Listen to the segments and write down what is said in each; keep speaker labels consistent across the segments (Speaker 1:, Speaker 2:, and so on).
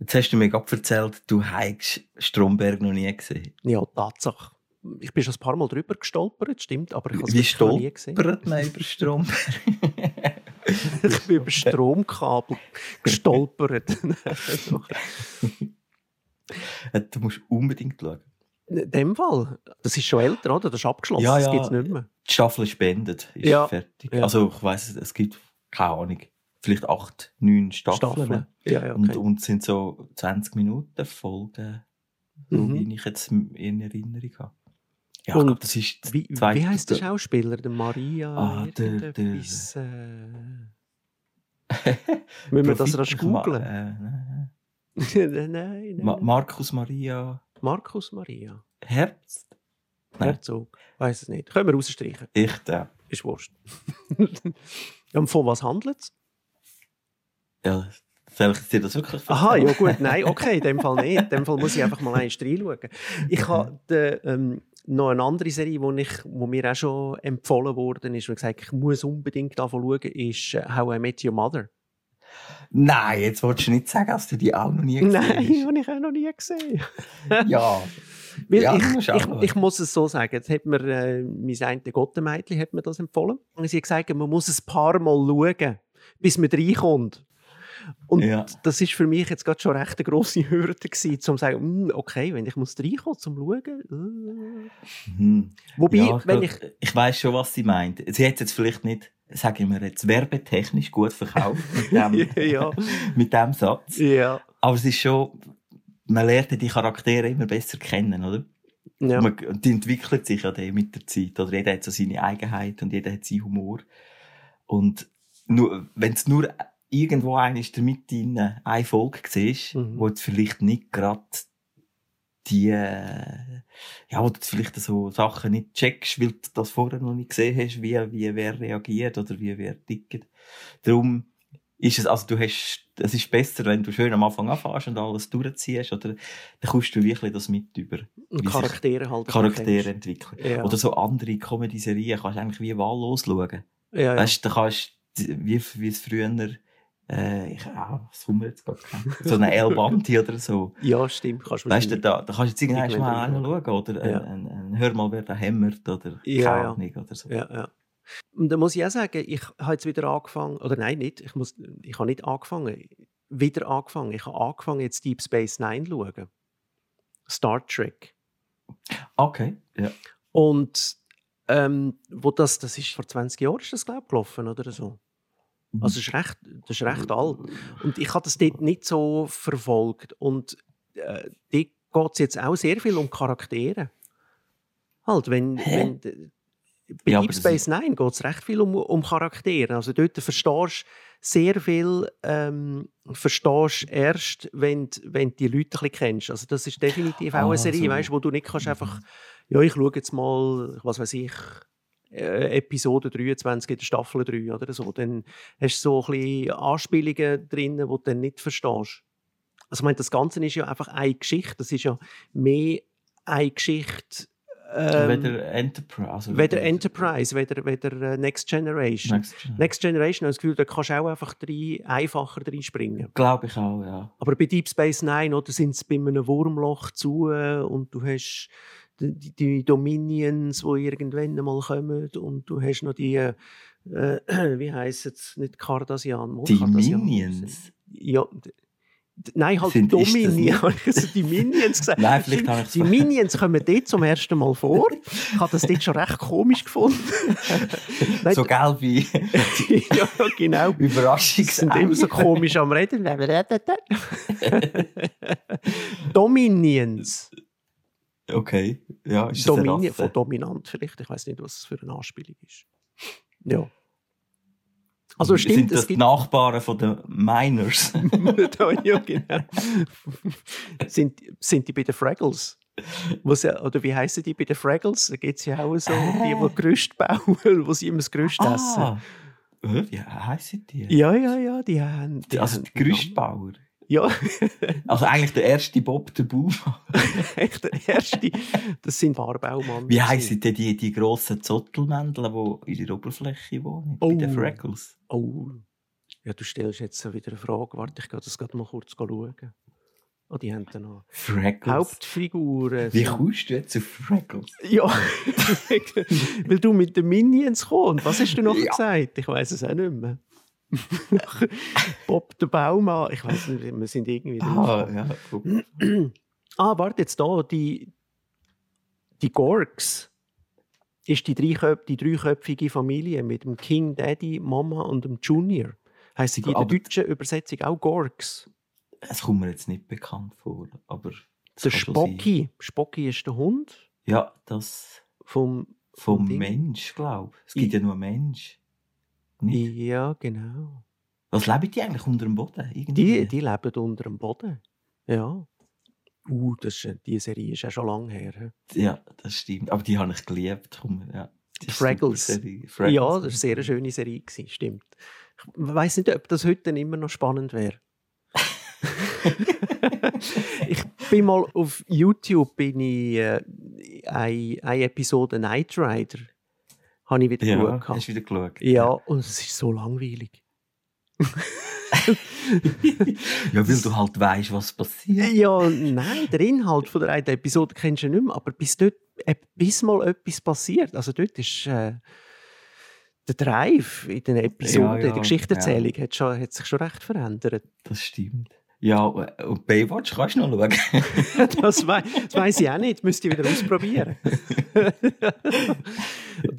Speaker 1: Jetzt hast du mir gerade erzählt, du hast Stromberg noch nie gesehen.
Speaker 2: Ja, Tatsache. Ich bin schon ein paar Mal drüber gestolpert, stimmt, aber ich habe es
Speaker 1: Wie
Speaker 2: wirklich noch nie gesehen.
Speaker 1: stolpert man über Stromberg?
Speaker 2: Ich bin über Stromkabel gestolpert.
Speaker 1: Äh, du musst unbedingt schauen.
Speaker 2: In dem Fall, das ist schon älter, oder? Das ist abgeschlossen,
Speaker 1: Ja,
Speaker 2: das
Speaker 1: ja.
Speaker 2: gibt es nicht mehr.
Speaker 1: Die Staffel ist beendet, ist
Speaker 2: Ja.
Speaker 1: fertig.
Speaker 2: Ja.
Speaker 1: Also ich weiß es, es gibt, keine Ahnung, vielleicht acht, neun Staffeln.
Speaker 2: Ja, ja,
Speaker 1: und, um
Speaker 2: okay.
Speaker 1: und es sind so 20 Minuten Folgen, so
Speaker 2: Mhm.
Speaker 1: wie ich jetzt in Erinnerung habe. Ja, ich
Speaker 2: Und
Speaker 1: glaube, das ist
Speaker 2: Wie,
Speaker 1: zweite-
Speaker 2: wie heisst der Schauspieler? Der Maria?
Speaker 1: Ah, der- der-
Speaker 2: irgendetwas, äh, Müssen wir das rasch
Speaker 1: Profit- Ma-
Speaker 2: googeln?
Speaker 1: äh, nein,
Speaker 2: nein, nein.
Speaker 1: nein. Ma Markus Maria
Speaker 2: Markus Maria.
Speaker 1: Herbst? Nein.
Speaker 2: Herzog. Weiß es nicht. Können wir rausstreichen.
Speaker 1: Ich, der.
Speaker 2: Ist Wurst. Und von was handelt es?
Speaker 1: Ja, soll ich dir das wirklich
Speaker 2: Aha,
Speaker 1: erzählen?
Speaker 2: ja gut, nein, okay, in dem Fall nicht. In dem Fall muss ich einfach mal eins reinschauen. Ich habe de, ähm, noch eine andere Serie, die ich, wo mir auch schon empfohlen worden ist und gesagt ich muss unbedingt davon schauen, ist äh, «How I Met Your Mother».
Speaker 1: Nein, jetzt wolltest du nicht sagen, dass du die auch noch nie gesehen
Speaker 2: Nein,
Speaker 1: hast.
Speaker 2: habe ich auch noch nie gesehen.
Speaker 1: Ja.
Speaker 2: Weil
Speaker 1: Ja,
Speaker 2: ich,
Speaker 1: schau
Speaker 2: ich,
Speaker 1: mal.
Speaker 2: ich muss es so sagen, das hat mir, äh, mein eine Gottenmädchen hat mir das empfohlen. Und sie hat gesagt, man muss ein paar Mal schauen, bis man reinkommt. Und
Speaker 1: Ja.
Speaker 2: das ist für mich jetzt gerade schon recht eine grosse Hürde gewesen, um zu sagen, «Mm, okay, wenn ich muss reinkommen, zum schauen. Äh.
Speaker 1: Hm.
Speaker 2: Wobei,
Speaker 1: ja,
Speaker 2: wenn
Speaker 1: ich,
Speaker 2: ich...
Speaker 1: glaub, ich weiß schon, was sie meint. Sie hat jetzt vielleicht nicht, sage ich mir jetzt, werbetechnisch gut verkauft mit dem,
Speaker 2: ja,
Speaker 1: mit dem Satz.
Speaker 2: ja,
Speaker 1: Aber es ist schon, man lernt ja die Charaktere immer besser kennen, oder?
Speaker 2: ja.
Speaker 1: Man, und die entwickelt sich ja dann mit der Zeit. Oder jeder hat so seine Eigenheit und jeder hat seinen Humor. Und nur, wenn es nur irgendwo einer ist, der mit in ein Volk siehst,
Speaker 2: Mhm.
Speaker 1: wo jetzt vielleicht nicht gerade die, äh, ja, wo du jetzt vielleicht so Sachen nicht checkst, weil du das vorher noch nicht gesehen hast, wie, wie wer reagiert oder wie wer tickt. Darum ist es, also du hast, es ist besser, wenn du schön am Anfang anfängst und alles durchziehst, oder, dann kommst du wirklich das mit über.
Speaker 2: Und
Speaker 1: wie sich
Speaker 2: Charaktere halt.
Speaker 1: Charaktere entwickeln.
Speaker 2: Ja.
Speaker 1: Oder so andere Comedy-Serien kannst du eigentlich wie wahllos schauen.
Speaker 2: Ja, ja.
Speaker 1: Weißt du, da kannst du, wie, wie es früher, äh, ich, ah, was kommt mir jetzt gerade? so eine El Banti oder so.
Speaker 2: ja, stimmt. Kannst
Speaker 1: Weißt du,
Speaker 2: wahrscheinlich-
Speaker 1: da, da kannst du jetzt irgendwann
Speaker 2: Irgendwann
Speaker 1: mal einen schauen, oder?
Speaker 2: Ja.
Speaker 1: Ein, ein, ein, hör mal, wer da hämmert, oder
Speaker 2: Ja,
Speaker 1: keine
Speaker 2: ja.
Speaker 1: Ahnung, oder so.
Speaker 2: Ja, ja. Und da muss ich auch sagen, ich habe jetzt wieder angefangen, oder nein, nicht, ich, muss, ich habe nicht angefangen, wieder angefangen. Ich habe angefangen, jetzt Deep Space Nine zu schauen. Star Trek.
Speaker 1: Okay, ja.
Speaker 2: Und ähm, wo das, das ist vor 20 Jahren, ist das, glaube ich, gelaufen oder so.
Speaker 1: Mhm.
Speaker 2: Also, das ist recht, das ist recht alt. Und ich habe das dort nicht so verfolgt. Und äh, dort geht es jetzt auch sehr viel um Charaktere. Halt, wenn,
Speaker 1: Hä?
Speaker 2: wenn d- bei
Speaker 1: Ja, aber das
Speaker 2: Deep Space Nine geht es recht viel um, um Charaktere. Also dort verstehst du sehr viel, ähm, verstehst du erst, wenn, d- wenn du die Leute ein bisschen kennst. Also das ist definitiv auch
Speaker 1: Ah,
Speaker 2: eine Serie,
Speaker 1: so.
Speaker 2: weißt, wo du nicht kannst einfach,
Speaker 1: Mhm.
Speaker 2: ja, ich schaue jetzt mal, was weiß ich, äh, Episode 23 in der Staffel 3 oder so. Dann hast du so ein bisschen Anspielungen drin, die du dann nicht verstehst. Also ich meine, das Ganze ist ja einfach eine Geschichte. Das ist ja mehr eine Geschichte ähm, weder,
Speaker 1: weder Enterprise. Also
Speaker 2: Enterprise, weder, weder äh, Next Generation.
Speaker 1: Next Generation.
Speaker 2: Next Generation, ich habe das Gefühl, da kannst du auch einfach drei, einfacher reinspringen.
Speaker 1: Glaube ich auch, ja.
Speaker 2: Aber bei Deep Space Nine, oder, sind sie bei einem Wurmloch zu äh, und du hast die, die- die Dominions, die irgendwann mal kommen und du hast noch die, äh, äh, wie heisst es, nicht Cardassian,
Speaker 1: Die
Speaker 2: Cardassian.
Speaker 1: Minions.
Speaker 2: Ja, d- d- nein, halt
Speaker 1: Sind- ist das
Speaker 2: Dominions.
Speaker 1: nicht-
Speaker 2: Habe ich also die Minions gesagt.
Speaker 1: Nein, vielleicht habe ich es
Speaker 2: Die Minions kommen dort zum ersten Mal vor. Ich habe das dort schon recht komisch gefunden. Nein,
Speaker 1: So
Speaker 2: d-
Speaker 1: gelb wie
Speaker 2: ja, genau. Die
Speaker 1: Überraschungs-
Speaker 2: sind immer so komisch am Reden. Dominions.
Speaker 1: Okay, ja, ist das eine
Speaker 2: Dominion,
Speaker 1: Rasse?
Speaker 2: von dominant vielleicht. Ich weiß nicht, was es für eine Anspielung ist. Ja. Also
Speaker 1: Sind
Speaker 2: stimmt,
Speaker 1: das
Speaker 2: es
Speaker 1: die
Speaker 2: gibt
Speaker 1: Nachbarn von den Miners?
Speaker 2: ja, genau. sind, sind die bei den Fraggles? Was, ja- oder wie heißen die bei den Fraggles? Da geht es ja auch so, um die, die Gerüst bauen, wo sie immer das Gerüst essen.
Speaker 1: Äh. ah, äh, wie heissen die?
Speaker 2: Ja, ja, ja, die haben.
Speaker 1: Die- Also
Speaker 2: haben-
Speaker 1: die Gerüstbauer.
Speaker 2: Ja,
Speaker 1: Also eigentlich der erste Bob der Baumann.
Speaker 2: echt der erste. Das sind Warbaumann.
Speaker 1: Wie heissen denn die, die grossen Zottelmändel, die in der Oberfläche wohnen?
Speaker 2: Oh.
Speaker 1: Bei den Freckles.
Speaker 2: Oh. Ja, du stellst jetzt wieder eine Frage. Warte, ich gehe das gerade mal kurz schauen. Oh, die haben da noch
Speaker 1: Fraggles.
Speaker 2: Hauptfiguren.
Speaker 1: Wie
Speaker 2: so-
Speaker 1: kommst du jetzt auf Fraggles?
Speaker 2: Ja, weil du mit den Minions kommst. Was hast du noch
Speaker 1: Ja.
Speaker 2: gesagt? Ich weiß es auch nicht mehr. Bob der Baumann. Ich weiß nicht, wir sind irgendwie.
Speaker 1: Ah, ja. guck.
Speaker 2: ah, warte jetzt da, die, die Gorgs ist die, dreiköp die dreiköpfige Familie mit dem King Daddy, Mama und dem Junior. Heißt sie in der
Speaker 1: Aber-
Speaker 2: deutschen Übersetzung auch Gorgs?
Speaker 1: Es kommt mir jetzt nicht bekannt vor, aber. das
Speaker 2: Der
Speaker 1: kann schon sein.
Speaker 2: Spocky. Spocky ist der Hund
Speaker 1: Ja, das
Speaker 2: vom.
Speaker 1: vom
Speaker 2: Ding.
Speaker 1: Mensch, glaube ich. Es
Speaker 2: I-
Speaker 1: gibt ja nur einen Mensch. Nicht?
Speaker 2: Ja, genau.
Speaker 1: Was leben die eigentlich unter dem Boden? Irgendwie?
Speaker 2: Die, die leben unter dem Boden. Ja. Uh, das ist, die Serie ist ja schon lange her. he?
Speaker 1: Ja, das stimmt. Aber die habe ich geliebt. Komm, ja. Die ist
Speaker 2: Fraggles.
Speaker 1: super Serie. Fraggles.
Speaker 2: Ja, das war eine sehr schöne Serie, gewesen, stimmt. Ich weiß nicht, ob das heute dann immer noch spannend wäre. ich bin mal auf YouTube bin ich, äh, eine, eine Episode Night Rider habe ich wieder
Speaker 1: Ja,
Speaker 2: geschaut.
Speaker 1: hast du
Speaker 2: gehabt.
Speaker 1: wieder geschaut?
Speaker 2: Ja, und es ist so langweilig.
Speaker 1: ja, weil du halt weißt, was passiert.
Speaker 2: Ja, nein, der Inhalt von der einen Episode kennst du ja nicht mehr, aber bis dort, äh, bis mal etwas passiert, also dort ist äh, der Drive in den Episoden,
Speaker 1: Ja, ja,
Speaker 2: die Geschichtenerzählung hat, schon, hat sich schon recht verändert.
Speaker 1: Das stimmt. Ja, und Baywatch kannst du noch schauen.
Speaker 2: Das, wei das weiß ich auch nicht, müsste ich wieder ausprobieren. Oder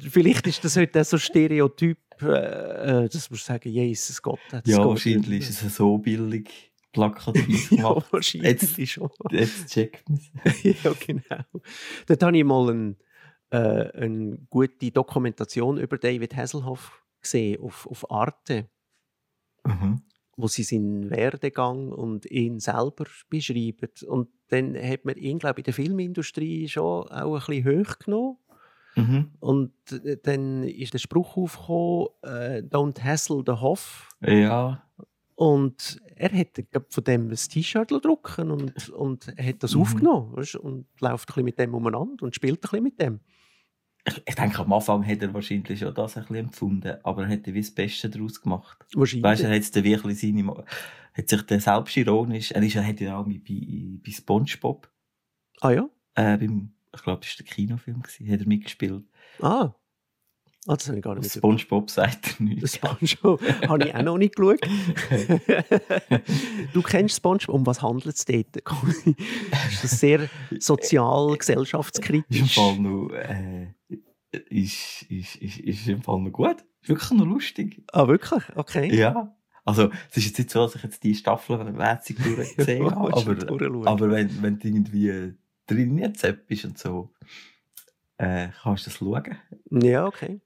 Speaker 2: Vielleicht ist das heute auch so Stereotyp, äh, äh, dass man sagen, Jesus Gott, das
Speaker 1: ja,
Speaker 2: geht
Speaker 1: wahrscheinlich
Speaker 2: nicht
Speaker 1: ist es so billig plakativ
Speaker 2: mehr. Ja,
Speaker 1: gemacht.
Speaker 2: wahrscheinlich schon.
Speaker 1: Jetzt checkt man es.
Speaker 2: ja, genau. Dort habe ich mal ein, äh, eine gute Dokumentation über David Hasselhoff gesehen auf, auf Arte,
Speaker 1: Mhm.
Speaker 2: wo sie seinen Werdegang und ihn selber beschreiben. Und dann hat man ihn, glaube ich, in der Filmindustrie schon auch ein bisschen hoch genommen.
Speaker 1: Mhm.
Speaker 2: Und äh, dann ist der Spruch aufgekommen, äh, «Don't hassle the Hoff».
Speaker 1: Ja.
Speaker 2: Und er hat glaub, von dem ein T-Shirt drucken und, und hat das
Speaker 1: Mhm.
Speaker 2: aufgenommen weißt, du, und läuft ein bisschen mit dem umeinander und spielt ein bisschen mit dem.
Speaker 1: Ich denke, am Anfang hat er wahrscheinlich schon das ein bisschen empfunden, aber er hat ja wie das Beste daraus gemacht.
Speaker 2: Wahrscheinlich.
Speaker 1: Weißt du, er hat, dann wirklich seine, Mo- hat sich dann selbstironisch, er ist, er hat ja auch mit bei, bei Spongebob,
Speaker 2: ah ja?
Speaker 1: äh, beim, ich glaube, das war der Kinofilm, gewesen, hat er mitgespielt.
Speaker 2: Ah. ah, das habe ich gar
Speaker 1: Und
Speaker 2: nicht
Speaker 1: Spongebob sagt er
Speaker 2: mitbekommen.
Speaker 1: nichts.
Speaker 2: SpongeBob habe ich auch noch nicht geschaut. du kennst SpongeBob. Um was handelt es dort? Conny? ist das sehr sozial,
Speaker 1: Ist im
Speaker 2: gesellschaftskritisch?
Speaker 1: Fall noch, äh, ist, ist, ist, ist im Fall noch gut. Ist wirklich noch lustig.
Speaker 2: Ah, wirklich? Okay.
Speaker 1: Ja. Also, es ist jetzt nicht so, dass ich jetzt die Staffel mäßig durchgesehen habe,
Speaker 2: Willst du
Speaker 1: aber,
Speaker 2: durchschauen?
Speaker 1: aber wenn, wenn du irgendwie drin jetzt bist und so, äh, kannst du das schauen.
Speaker 2: ja, okay.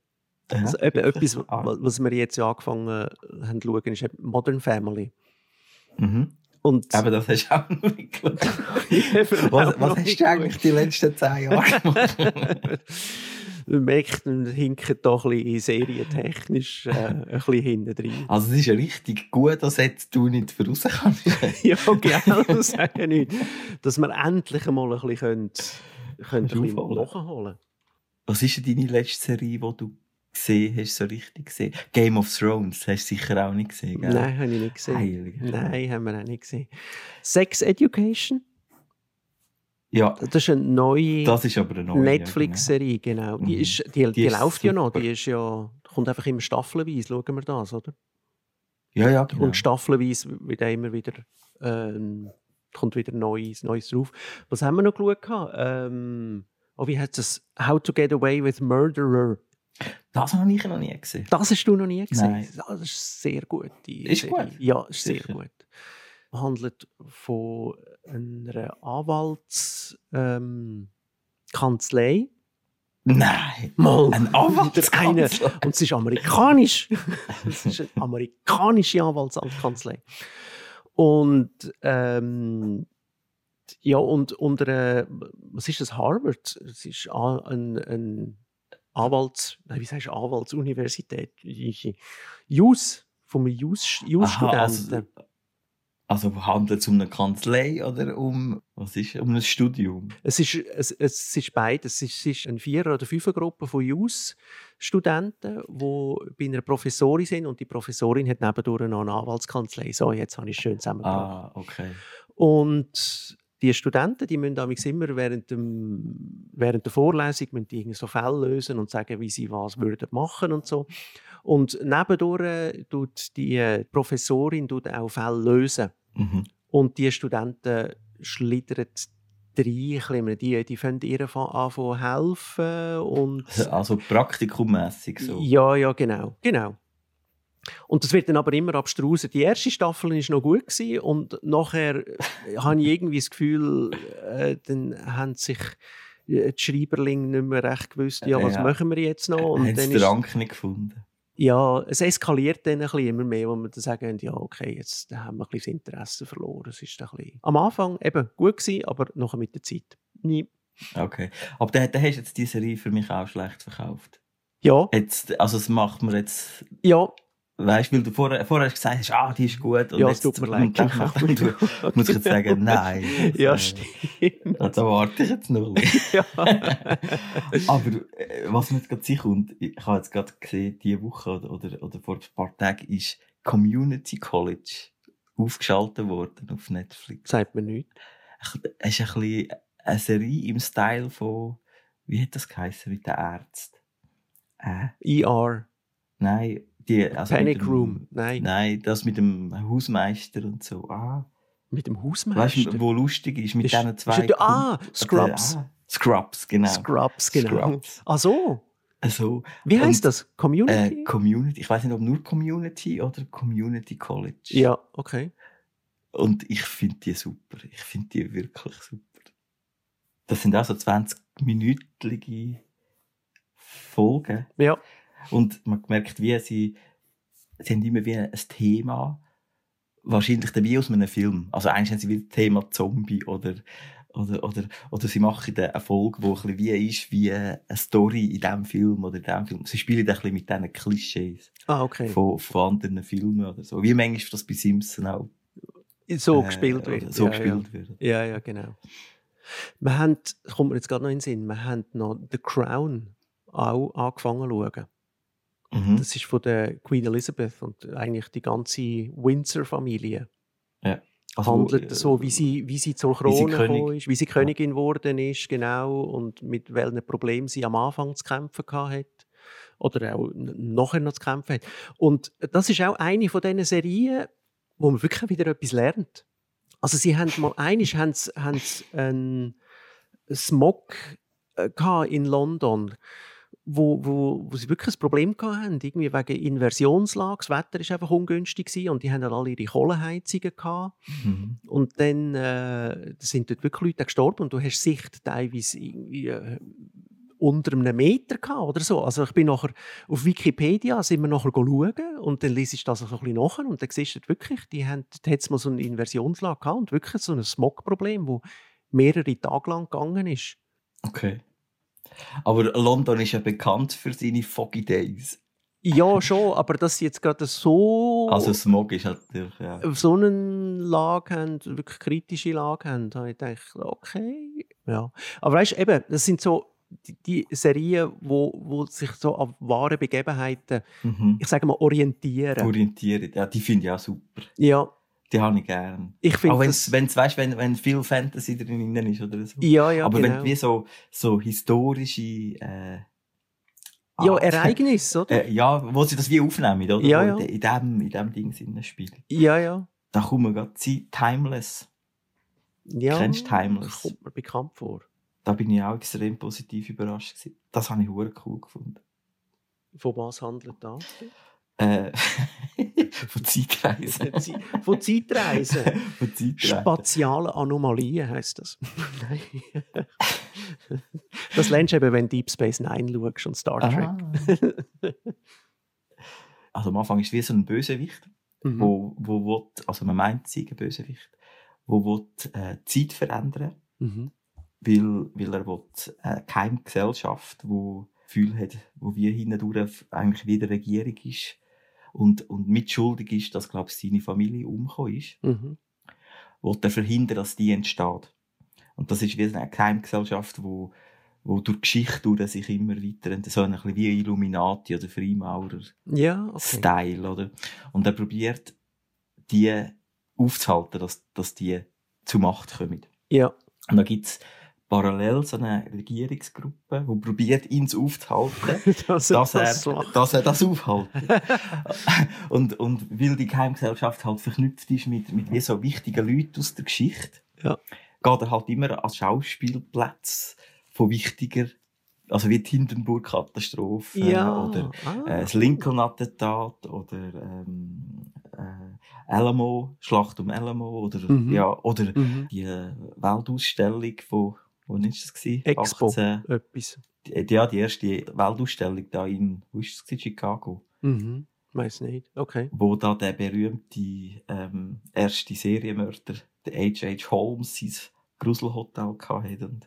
Speaker 1: Ja,
Speaker 2: Also, eben
Speaker 1: wirklich.
Speaker 2: etwas,
Speaker 1: Ah.
Speaker 2: wa- was wir jetzt ja angefangen haben zu schauen, ist eben Modern Family.
Speaker 1: Mhm.
Speaker 2: Und
Speaker 1: Aber das hast du auch noch nicht geschaut.
Speaker 2: Eben, auch
Speaker 1: Was,
Speaker 2: noch
Speaker 1: was hast
Speaker 2: nicht
Speaker 1: du eigentlich die letzten zehn Jahre gemacht?
Speaker 2: Man merkt, man hinkt da ein bisschen serientechnisch äh, ein bisschen hinten drin.
Speaker 1: also es ist ja richtig gut, dass jetzt du nicht für raus kannst.
Speaker 2: ja, genau, das sage ich nicht. Dass wir endlich einmal ein bisschen, können, können ein bisschen
Speaker 1: Aufholen.
Speaker 2: nachholen
Speaker 1: Was ist denn deine letzte Serie, die du gesehen hast, so richtig gesehen? Game of Thrones hast du sicher auch nicht gesehen, gell?
Speaker 2: Nein, habe ich nicht gesehen.
Speaker 1: Heiliger.
Speaker 2: Nein, haben wir auch nicht gesehen. Sex Education,
Speaker 1: Ja,
Speaker 2: das ist eine neue
Speaker 1: das ist aber eine neue.
Speaker 2: Netflix-Serie, genau. Die,
Speaker 1: Mhm.
Speaker 2: ist, die, die,
Speaker 1: Die ist
Speaker 2: läuft ja noch,
Speaker 1: super.
Speaker 2: die ist ja, kommt einfach immer staffelweise, schauen wir das, oder?
Speaker 1: Ja, genau. ja, ja, genau.
Speaker 2: Und staffelweise wird auch immer wieder, ähm, kommt wieder Neues, Neues drauf. Was haben wir noch geschaut? gehabt? Ähm, oh, wie heißt das? How to Get Away with Murderer.
Speaker 1: das habe ich noch nie gesehen.
Speaker 2: Das hast du noch nie gesehen.
Speaker 1: Nein.
Speaker 2: Ah, Das ist sehr gut. Die
Speaker 1: Ist gut.
Speaker 2: Ja, ist sehr
Speaker 1: Sicher.
Speaker 2: gut. Handelt von einer Anwaltskanzlei. Ähm, Kanzlei.
Speaker 1: Nein!
Speaker 2: Mal
Speaker 1: Ein
Speaker 2: wieder eine.
Speaker 1: Anwaltskanzler!
Speaker 2: Und es ist amerikanisch. es ist eine amerikanische Anwaltsamtskanzlei. Und ähm, ja, und unter äh, was ist das? Harvard? Es ist a- ein, ein Anwalts, nein, wie sagst du Anwaltsuniversität? Jus, vom
Speaker 1: Aha,
Speaker 2: Jus-Studenten.
Speaker 1: also, also handelt es um eine Kanzlei oder um, was ist, um ein Studium?
Speaker 2: Es ist, es, es ist beides. Es ist, es ist eine Vierer- oder Fünfergruppe von JUS-Studenten, die bei einer Professorin sind und die Professorin hat nebendurch noch eine Anwaltskanzlei. So, jetzt habe ich es schön zusammengebracht.
Speaker 1: Ah, okay.
Speaker 2: Und die Studenten, die müssen damals immer während, dem, während der Vorlesung müssen die irgendwie so Fälle lösen und sagen, wie sie was würden machen und so. Und nebendurch äh, tut die Professorin tut auch Fälle lösen.
Speaker 1: Mhm.
Speaker 2: Und die Studenten schlittern rein. Die, die fangen ihr an zu helfen. Und
Speaker 1: Also praktikummässig so.
Speaker 2: ja, ja, genau. genau. Und das wird dann aber immer abstruser. Die erste Staffel war noch gut gewesen und nachher äh, habe ich irgendwie das Gefühl, äh, dann haben sich äh, die Schreiberlinge nicht mehr recht gewusst, ja, was
Speaker 1: Ja.
Speaker 2: machen wir jetzt noch? Und
Speaker 1: Haben
Speaker 2: dann
Speaker 1: sie den Rank nicht gefunden?
Speaker 2: ja, es eskaliert dann ein bisschen immer mehr, wo wir dann sagen, ja, okay, jetzt haben wir ein bisschen das Interesse verloren. Es ist ein bisschen am Anfang eben gut gewesen, aber nachher mit der Zeit. nie.
Speaker 1: Okay. Aber dann, dann hast du jetzt diese Serie für mich auch schlecht verkauft.
Speaker 2: Ja,
Speaker 1: Jetzt, also das macht mir jetzt...
Speaker 2: ja,
Speaker 1: Weißt du, weil du vorher, vorher hast gesagt hast, ah, die ist gut. Und
Speaker 2: ja,
Speaker 1: jetzt,
Speaker 2: es tut mir leid.
Speaker 1: und dann, dann, dann
Speaker 2: Genau.
Speaker 1: muss ich jetzt sagen, nein.
Speaker 2: Ja,
Speaker 1: das, äh,
Speaker 2: stimmt.
Speaker 1: Da warte ich jetzt noch.
Speaker 2: ja.
Speaker 1: Aber äh, was mir jetzt gerade sicher und ich habe jetzt gerade gesehen, diese Woche oder, oder, oder vor ein paar Tagen ist Community College aufgeschaltet worden auf Netflix.
Speaker 2: Sagt mir nichts.
Speaker 1: Es ist ein bisschen eine Serie im Style von, wie hat das geheißen mit den Ärzten? Äh,
Speaker 2: ER,
Speaker 1: nein, die, also mit
Speaker 2: E Panic
Speaker 1: dem-
Speaker 2: Room. Nein,
Speaker 1: Nein, das mit dem Hausmeister und so. Ah,
Speaker 2: mit dem Hausmeister.
Speaker 1: weißt du, wo lustig ist mit
Speaker 2: Ist-
Speaker 1: diesen zwei.
Speaker 2: ist- ah, Scrubs.
Speaker 1: Ah, Scrubs, genau.
Speaker 2: Scrubs, genau.
Speaker 1: Scrubs.
Speaker 2: Ach so,
Speaker 1: Also,
Speaker 2: wie
Speaker 1: Und-
Speaker 2: heisst das?
Speaker 1: Äh,
Speaker 2: Community?
Speaker 1: Community. Ich weiß nicht, ob nur Community oder Community College.
Speaker 2: ja, okay.
Speaker 1: Und ich finde die super. Ich finde die wirklich super. Das sind auch so 20-minütige Folgen.
Speaker 2: Ja.
Speaker 1: Und man merkt, wie sie, sie haben immer wie ein Thema, wahrscheinlich dann wie aus einem Film. Also eigentlich haben sie wieder das Thema Zombie oder, oder, oder, oder sie machen dann eine Folge, die ein bisschen wie ist, wie eine Story in diesem Film oder in diesem Film. Sie spielen dann ein bisschen mit diesen Klischees
Speaker 2: Ah, okay.
Speaker 1: von, von anderen Filmen oder so. Wie manchmal das bei Simpson auch
Speaker 2: So
Speaker 1: äh,
Speaker 2: gespielt
Speaker 1: oder
Speaker 2: wird.
Speaker 1: So
Speaker 2: ja, ja.
Speaker 1: gespielt wird.
Speaker 2: Ja, ja, genau. Wir haben, kommt mir jetzt gerade noch in den Sinn, wir haben noch The Crown auch angefangen zu schauen.
Speaker 1: Mhm.
Speaker 2: Das ist von der Queen Elizabeth und eigentlich die ganze Windsor-Familie.
Speaker 1: Also,
Speaker 2: Handelt
Speaker 1: äh,
Speaker 2: so, wie sie, wie sie zur Krone
Speaker 1: sie König-
Speaker 2: gekommen ist, wie sie Königin geworden ist, genau, und mit welchen Problemen sie am Anfang zu kämpfen gehabt hat. Oder auch n- nachher noch zu kämpfen hat. Und das ist auch eine von diesen Serien, wo man wirklich wieder etwas lernt. Also sie haben mal, einisch haben sie, haben sie einen Smog äh, gehabt in London, wo, wo, wo sie wirklich ein Problem gehabt haben, irgendwie wegen Inversionslage. Das Wetter war einfach ungünstig gewesen und die haben dann alle ihre Kohleheizungen gehabt.
Speaker 1: Mhm.
Speaker 2: Und dann äh, sind dort wirklich Leute gestorben und du hast Sicht teilweise irgendwie äh, unter einem Meter gehabt oder so. Also ich bin nachher auf Wikipedia, sind wir nachher schauen und dann liest ich das also so ein bisschen nachher und dann siehst du dort wirklich, die haben jetzt mal so eine Inversionslage gehabt und wirklich so ein Smog-Problem, wo mehrere Tage lang gegangen ist.
Speaker 1: Okay. Aber London ist ja bekannt für seine Foggy Days.
Speaker 2: Ja, schon, aber dass sie jetzt gerade so,
Speaker 1: Also Smog ist natürlich, ja.
Speaker 2: so eine Lage haben, wirklich kritische Lage haben, habe ich gedacht, okay. Ja. Aber weißt du, eben, das sind so die, die Serien, wo, wo sich so an wahren Begebenheiten,
Speaker 1: Mhm.
Speaker 2: ich sage mal, orientieren.
Speaker 1: Orientiert. Ja, die finde ich auch super.
Speaker 2: Ja,
Speaker 1: Die habe ich gern.
Speaker 2: ich
Speaker 1: Auch
Speaker 2: finde
Speaker 1: wenn's,
Speaker 2: das...
Speaker 1: wenn's, weißt, wenn, wenn viel Fantasy drin ist oder so.
Speaker 2: Ja, ja,
Speaker 1: Aber
Speaker 2: genau.
Speaker 1: wenn wie so, so historische äh,
Speaker 2: ja,
Speaker 1: Art-
Speaker 2: Ereignis, oder?
Speaker 1: Äh, ja, wo sie das wie aufnehmen, oder?
Speaker 2: Ja,
Speaker 1: Wo In,
Speaker 2: ja.
Speaker 1: de- in dem, in dem Ding sind spielen.
Speaker 2: Ja, ja.
Speaker 1: Da kommen wir gerade zu Timeless.
Speaker 2: ja.
Speaker 1: Kennst du Timeless?
Speaker 2: Kommt mir bekannt vor.
Speaker 1: Da bin ich auch extrem positiv überrascht. Gewesen. Das habe ich hure cool gefunden.
Speaker 2: Von was handelt das?
Speaker 1: Äh, von Zeitreisen.
Speaker 2: Von Zeitreisen.
Speaker 1: von Zeitreisen.
Speaker 2: Spatiale Anomalien heißt das. Nein. das lernst du eben, wenn du Deep Space Nine schaust und Star Trek.
Speaker 1: Aha. Ah. also am Anfang ist wie so ein Bösewicht,
Speaker 2: Mhm.
Speaker 1: wo, wo will, also man meint, sie sei ein Bösewicht, wo will, äh, die Zeit verändern
Speaker 2: Mhm.
Speaker 1: weil, weil er will, äh, keine Gesellschaft, wo Gefühl hat, wo wir hindurch eigentlich wieder Regierung ist und, und mitschuldig ist, dass glaube ich seine Familie umgekommen ist,
Speaker 2: Mhm.
Speaker 1: will er verhindern, dass die entsteht. Und das ist wie so eine Geheimgesellschaft, wo, wo durch die Geschichte durch sich immer weiter, ent- so ein bisschen wie Illuminati oder Freimaurer
Speaker 2: Ja, okay.
Speaker 1: Style, oder? Und er probiert, die aufzuhalten, dass, dass die zu Macht kommen.
Speaker 2: Ja.
Speaker 1: Und da gibt es parallel so eine Regierungsgruppe, die probiert, ihn aufzuhalten,
Speaker 2: dass,
Speaker 1: dass er,
Speaker 2: das macht.
Speaker 1: dass er das aufhält. und, und weil die Geheimgesellschaft halt verknüpft ist mit, mit wie so wichtigen Leuten aus der Geschichte,
Speaker 2: Ja.
Speaker 1: geht er halt immer an Schauspielplätze von wichtiger, also wie die Hindenburg-Katastrophe
Speaker 2: ja.
Speaker 1: oder
Speaker 2: ah.
Speaker 1: äh, das Lincoln-Attentat oder ähm, äh, Alamo, Schlacht um Alamo oder,
Speaker 2: Mhm.
Speaker 1: ja, oder
Speaker 2: Mhm.
Speaker 1: die äh, Weltausstellung von, wann ist das? Gewesen?
Speaker 2: Expo.
Speaker 1: 18,
Speaker 2: Etwas.
Speaker 1: die, ja, äh, die erste Weltausstellung da in, wo ist das? Gewesen? Chicago.
Speaker 2: Mhm. Weiß nicht. Okay.
Speaker 1: Wo da der berühmte ähm, erste Serienmörder, der H.H. Holmes, sein Gruselhotel hatte. Und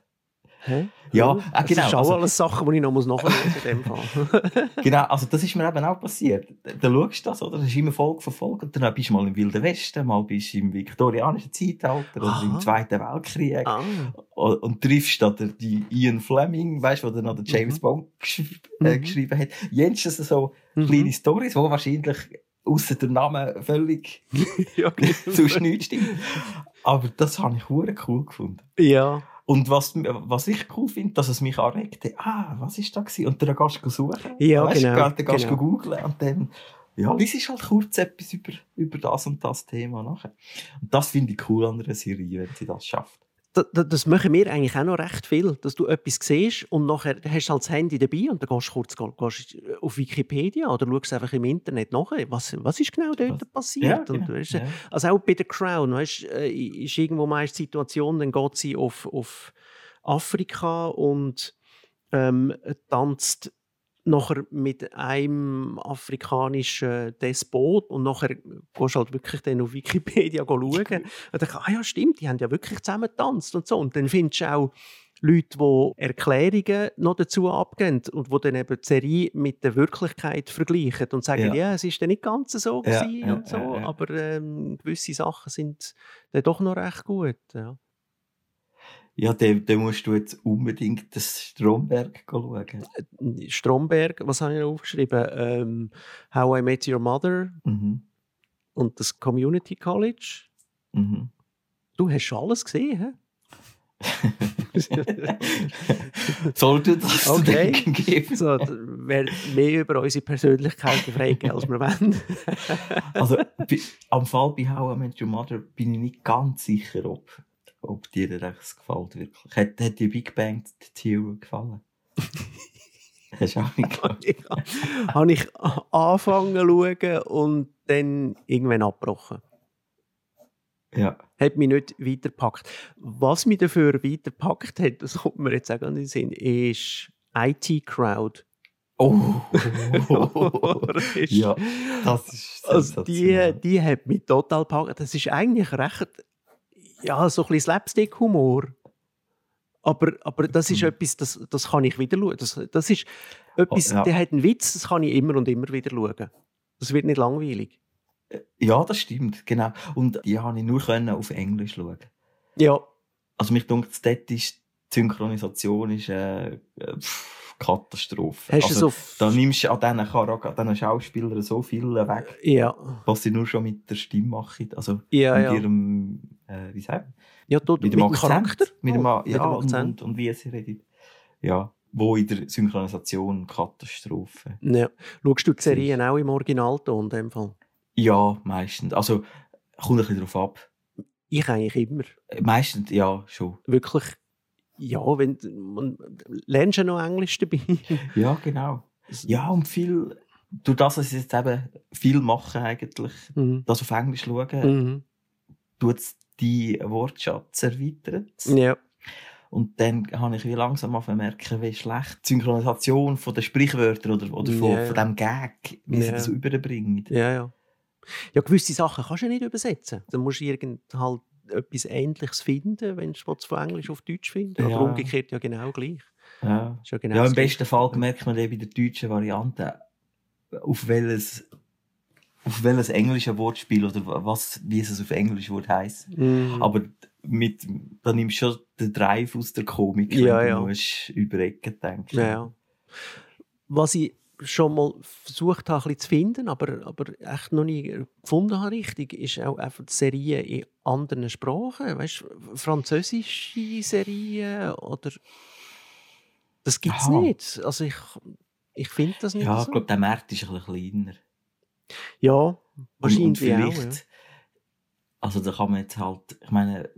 Speaker 2: Hä?
Speaker 1: Ja,
Speaker 2: Hm?
Speaker 1: ah, genau,
Speaker 2: Das sind auch
Speaker 1: also-
Speaker 2: alles Sachen, die ich noch muss nachlesen muss. in dem Fall.
Speaker 1: Genau, also das ist mir eben auch passiert. Dann schaust du das, oder? Das ist immer Folge für Folge. Und dann bist du mal im Wilden Westen, mal bist du im viktorianischen Zeitalter oder
Speaker 2: Aha.
Speaker 1: im Zweiten Weltkrieg.
Speaker 2: ah.
Speaker 1: O- Und triffst dann den- die Ian Fleming, weißt du, der noch den James
Speaker 2: Mhm.
Speaker 1: Bond gesch äh,
Speaker 2: Mhm.
Speaker 1: geschrieben hat. Jens, das sind so kleine Stories, die wahrscheinlich außer dem Namen völlig
Speaker 2: ja, genau.
Speaker 1: zu nichts stimmen. Aber das habe ich hure cool gefunden.
Speaker 2: ja.
Speaker 1: Und was, was ich cool finde, dass es mich anregte, ah, was ist da gewesen? Und dann gehst du suchen.
Speaker 2: Ja,
Speaker 1: Weisst du,
Speaker 2: genau,
Speaker 1: Dann gehst
Speaker 2: genau.
Speaker 1: du googlen und dann, ja, liest halt kurz etwas über, über das und das Thema nachher. Und das finde ich cool an einer Serie, wenn sie das schafft.
Speaker 2: Das, das machen wir eigentlich auch noch recht viel, dass du etwas siehst und nachher hast du halt das Handy dabei und dann gehst du kurz gehst äh, auf Wikipedia oder schaust einfach im Internet nach, was, was ist genau dort
Speaker 1: Was-
Speaker 2: passiert. und,
Speaker 1: genau,
Speaker 2: weisst du,
Speaker 1: ja.
Speaker 2: Also auch bei der Crown, weißt, äh, ist irgendwo meist die Situation, dann geht sie auf, auf Afrika und ähm, tanzt nachher mit einem afrikanischen Despot und nachher gehst du halt wirklich dann auf Wikipedia schauen und denkst, ah ja stimmt, die haben ja wirklich zusammen getanzt und so. Und dann findest du auch Leute, die Erklärungen noch dazu abgeben und die dann eben die Serie mit der Wirklichkeit vergleichen und sagen, ja,
Speaker 1: Ja.
Speaker 2: es ist dann nicht ganz so
Speaker 1: Ja,
Speaker 2: gewesen
Speaker 1: ja,
Speaker 2: und so,
Speaker 1: ja, ja.
Speaker 2: aber ähm, gewisse Sachen sind dann doch noch recht gut. Ja.
Speaker 1: Ja, dann, dann musst du jetzt unbedingt das Stromberg schauen.
Speaker 2: Stromberg, was habe ich noch aufgeschrieben? Ähm, How I Met Your Mother
Speaker 1: Mhm.
Speaker 2: und das Community College.
Speaker 1: Mhm.
Speaker 2: Du hast schon alles gesehen, hä?
Speaker 1: Sollte das zu
Speaker 2: Okay.
Speaker 1: denken geben?
Speaker 2: so, d- wer mehr über unsere Persönlichkeiten fragt, als wir wollen.
Speaker 1: Also, bei, am Fall bei How I Met Your Mother bin ich nicht ganz sicher, ob, ob dir der rechts gefällt wirklich. Hat, hat dir Big Bang Theory gefallen? Hast du auch nicht gehört?
Speaker 2: Ja. habe ich angefangen zu schauen und dann irgendwann abgebrochen.
Speaker 1: Ja.
Speaker 2: Hat mich nicht weitergepackt. Was mich dafür weitergepackt hat, das kommt mir jetzt auch gar nicht in den Sinn, ist IT Crowd.
Speaker 1: Oh!
Speaker 2: Das ist-
Speaker 1: ja, das ist
Speaker 2: also die,
Speaker 1: sensationell.
Speaker 2: die hat mich total gepackt. Das ist eigentlich recht, ja, so ein bisschen Slapstick-Humor. Aber, aber das ist
Speaker 1: Mhm.
Speaker 2: etwas, das, das kann ich wieder schauen. Das, das ist etwas,
Speaker 1: Oh, ja.
Speaker 2: der hat einen Witz, das kann ich immer und immer wieder schauen. Das wird nicht langweilig.
Speaker 1: Ja, das stimmt, genau. Und die konnte ich nur können auf Englisch schauen.
Speaker 2: Ja,
Speaker 1: Also mich dunkt, dort ist die Synchronisation ist äh, pff, Katastrophe.
Speaker 2: hast
Speaker 1: also,
Speaker 2: du so...
Speaker 1: da nimmst du an diesen, Charak- an diesen Schauspielern so viel weg,
Speaker 2: ja,
Speaker 1: was sie nur schon mit der Stimme machen. Also
Speaker 2: ja,
Speaker 1: mit
Speaker 2: ja.
Speaker 1: ihrem, äh, wie sagt man,
Speaker 2: ja dort,
Speaker 1: mit dem Akzent.
Speaker 2: Charakter.
Speaker 1: Mit dem,
Speaker 2: Oh,
Speaker 1: A- ja,
Speaker 2: dem
Speaker 1: und,
Speaker 2: Akzent.
Speaker 1: und, und wie sie redet. Ja, wo in der Synchronisation Katastrophe.
Speaker 2: Ja. Schaust du die Serien auch im Originalton in dem Fall?
Speaker 1: Ja, meistens. Also, kommt ein bisschen drauf ab.
Speaker 2: Ich eigentlich immer.
Speaker 1: Meistens, ja, schon.
Speaker 2: Wirklich, ja, wenn man, lernst du ja noch Englisch dabei.
Speaker 1: Ja, genau. Ja, und viel, durch das, dass sie jetzt eben viel machen eigentlich,
Speaker 2: Mhm.
Speaker 1: das auf Englisch schauen,
Speaker 2: Mhm.
Speaker 1: tut es deinen Wortschatz erweitern.
Speaker 2: Ja.
Speaker 1: Und dann habe ich wie langsam angefangen zu merken, wie schlecht die Synchronisation von den Sprichwörtern oder, oder von,
Speaker 2: Ja.
Speaker 1: von dem Gag, wie
Speaker 2: Ja.
Speaker 1: sie das überbringen.
Speaker 2: ja, ja. Ja, gewisse Sachen kannst du ja nicht übersetzen. Dann musst du irgend halt etwas Ähnliches finden, wenn du es von Englisch auf Deutsch findest.
Speaker 1: Ja.
Speaker 2: Oder umgekehrt ja genau gleich.
Speaker 1: Ja.
Speaker 2: Ist ja, genau
Speaker 1: ja,
Speaker 2: das
Speaker 1: im
Speaker 2: Gleiche.
Speaker 1: besten Fall merkt man dann bei der deutschen Variante, auf welches, auf welches englische Wortspiel oder was, wie es auf Englisch würde heissen.
Speaker 2: Mhm.
Speaker 1: Aber mit, da nimmst du schon den Drive aus der Komik,
Speaker 2: Ja,
Speaker 1: wenn du
Speaker 2: ja.
Speaker 1: musst über Ecken denken.
Speaker 2: Ja, ja. Was ich schon mal versucht habe, ein bisschen zu finden, aber, aber echt noch nie gefunden habe richtig, ist auch einfach die Serien in anderen Sprachen. Weißt du, französische Serien oder. Das gibt es
Speaker 1: Aha.
Speaker 2: nicht. Also ich, ich finde das nicht.
Speaker 1: Ja, ich
Speaker 2: so.
Speaker 1: glaube, der Markt ist ein bisschen kleiner.
Speaker 2: ja wahrscheinlich.
Speaker 1: und vielleicht,
Speaker 2: Auch, ja.
Speaker 1: also da kann man jetzt halt, ich meine,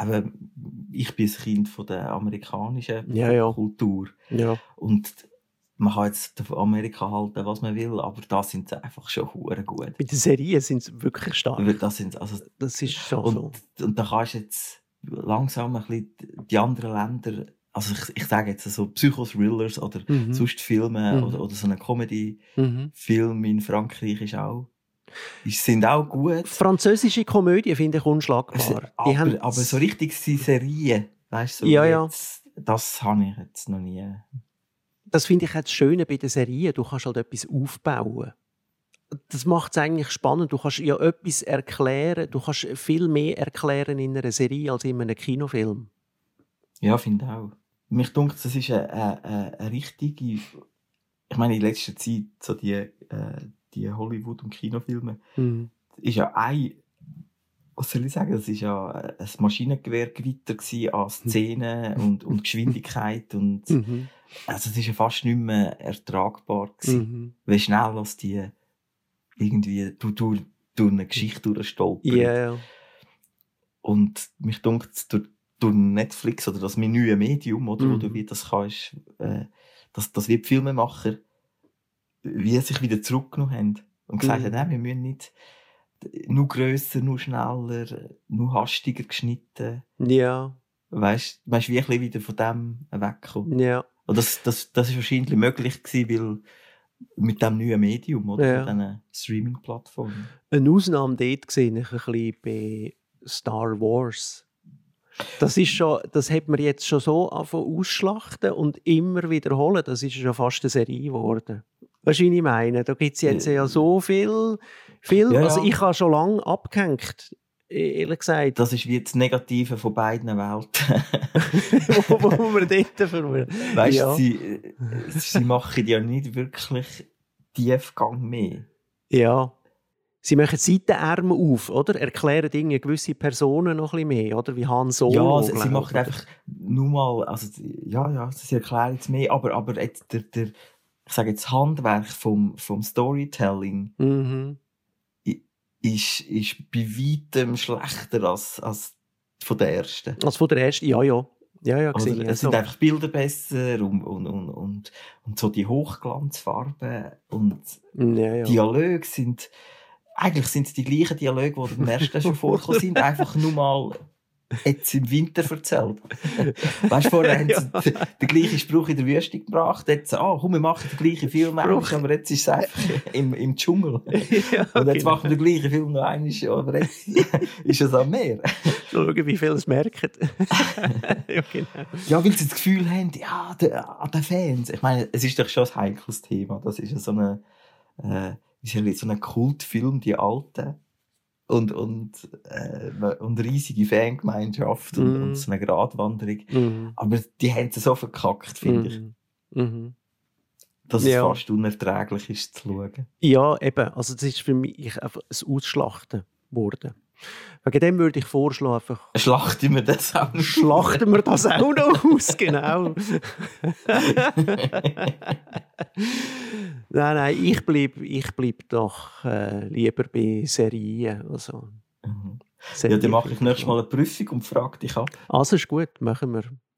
Speaker 1: eben, ich bin ein Kind von der amerikanischen
Speaker 2: Ja, ja.
Speaker 1: Kultur
Speaker 2: Ja.
Speaker 1: und man kann jetzt von Amerika halten, was man will, aber da sind sie einfach schon hure gut.
Speaker 2: Bei den Serien sind sie wirklich stark.
Speaker 1: Weil Das sind, also,
Speaker 2: Ah. Das ist schon so.
Speaker 1: und, und da kannst du jetzt langsam ein bisschen die anderen Länder, also ich, ich sage jetzt so Psychothrillers oder
Speaker 2: Mhm.
Speaker 1: sonst Filme
Speaker 2: Mhm.
Speaker 1: oder, oder so eine Comedy-Film
Speaker 2: Mhm.
Speaker 1: in Frankreich ist auch, ist, sind auch gut.
Speaker 2: Französische Komödie finde ich unschlagbar. Die
Speaker 1: Aber,
Speaker 2: haben-
Speaker 1: aber so richtig sie Serien, weißt du, so
Speaker 2: Ja, ja.
Speaker 1: jetzt, das habe ich jetzt noch nie.
Speaker 2: das finde ich halt das Schöne bei den Serien. Du kannst halt etwas aufbauen. Das macht es eigentlich spannend. Du kannst ja etwas erklären. Du kannst viel mehr erklären in einer Serie als in einem Kinofilm.
Speaker 1: Ja, finde auch. Mich denkt, das ist eine, eine, eine richtige. Ich meine, in letzter Zeit, so die, äh, die Hollywood- und Kinofilme, ist ja ein. Was soll ich sagen? Das ist ja ein Maschinengewehr gewitter gewesen
Speaker 2: Hm.
Speaker 1: an Szenen und, und Geschwindigkeit. Und,
Speaker 2: Mhm.
Speaker 1: also, es ist ja fast nicht mehr ertragbar. Gewesen. wie schnell dass die irgendwie du, du, durch eine Geschichte durchstolpern.
Speaker 2: Ja, ja.
Speaker 1: Und mich dunkt durch, durch Netflix oder das neue Medium, oder, wo
Speaker 2: Mhm.
Speaker 1: du wie das kannst, äh, dass, dass wie die Filmemacher wie sich wieder zurückgenommen haben und gesagt
Speaker 2: Mhm.
Speaker 1: haben, nein, wir müssen nicht nur grösser, nur schneller, nur hastiger geschnitten.
Speaker 2: Ja,
Speaker 1: Weißt du, wie ein bisschen wieder von dem wegkommen.
Speaker 2: ja.
Speaker 1: Und das, das, das ist wahrscheinlich möglich gewesen, weil mit dem neuen Medium, oder?
Speaker 2: Ja.
Speaker 1: Von diesen Streaming-Plattformen.
Speaker 2: Eine Ausnahme dort sehe ich ein bisschen bei Star Wars. Das, ist schon, das hat man jetzt schon so angefangen ausschlachten und immer wiederholen. Das ist schon fast eine Serie geworden. Wahrscheinlich meine. Da gibt es jetzt ja so viel. viel
Speaker 1: Ja, ja.
Speaker 2: Also ich habe schon lange abgehängt, e- ehrlich gesagt.
Speaker 1: Das ist wie das Negative von beiden Welten.
Speaker 2: wo, wo wir dort verwirren.
Speaker 1: weißt
Speaker 2: Ja.
Speaker 1: sie, äh, sie machen ja nicht wirklich Tiefgang mehr.
Speaker 2: Ja. Sie machen Seitenarme auf, oder? Erklären Dinge gewisse Personen noch ein bisschen mehr, oder? Wie Han Solo.
Speaker 1: ja, sie,
Speaker 2: glaub
Speaker 1: sie
Speaker 2: ich,
Speaker 1: machen
Speaker 2: oder?
Speaker 1: einfach nur mal, also, sie- ja, ja, sie erklären jetzt mehr, aber, aber jetzt der, der, ich sage jetzt, das Handwerk vom, vom Storytelling
Speaker 2: Mhm.
Speaker 1: ist, ist bei weitem schlechter als, als von der ersten.
Speaker 2: Also von der ersten, ja, ja. Ja, ja,
Speaker 1: Oder,
Speaker 2: gesehen.
Speaker 1: es Also, sind einfach Bilder besser und, und, und, und, und so die Hochglanzfarben und
Speaker 2: Mm, ja, ja.
Speaker 1: Dialoge sind eigentlich sind es die gleichen Dialoge, die im ersten schon vorkommen sind, einfach nur mal jetzt im Winter erzählt. Weißt du, vorher haben sie den, den gleichen Spruch in der Wüste gebracht, jetzt, ah, komm, wir machen den gleichen Film, eigentlich, aber jetzt ist es einfach im, im Dschungel.
Speaker 2: ja,
Speaker 1: Und jetzt
Speaker 2: genau.
Speaker 1: machen wir den gleichen Film noch einmal, aber jetzt ist es am Meer.
Speaker 2: Schauen, wie viel es merken. ja, genau.
Speaker 1: Ja, weil sie das Gefühl haben, ja, der, ah, der Fans. Ich meine, es ist doch schon ein heikles Thema. Das ist ja so eine, äh, wie soll ich- so ein Kultfilm, die Alten. Und, und, äh, und riesige Fangemeinschaft und,
Speaker 2: Mhm.
Speaker 1: und so eine Gratwanderung.
Speaker 2: Mhm.
Speaker 1: Aber die haben es so verkackt, finde ich,
Speaker 2: Mhm. Mhm.
Speaker 1: dass
Speaker 2: Ja.
Speaker 1: es fast unerträglich ist zu schauen.
Speaker 2: Ja, eben. Also, das ist für mich einfach ein Ausschlachten geworden. Wegen dem würde ich vorschlagen, einfach
Speaker 1: Schlachten wir das auch noch?
Speaker 2: schlachten wir das auch noch aus, genau. nein, nein, ich bleibe ich bleib doch äh, lieber bei Serien. Also,
Speaker 1: Mhm. Ja,
Speaker 2: Serien
Speaker 1: dann mache ich
Speaker 2: finde
Speaker 1: nächstes Mal eine Prüfung und frage dich ab.
Speaker 2: Also ist gut, machen wir.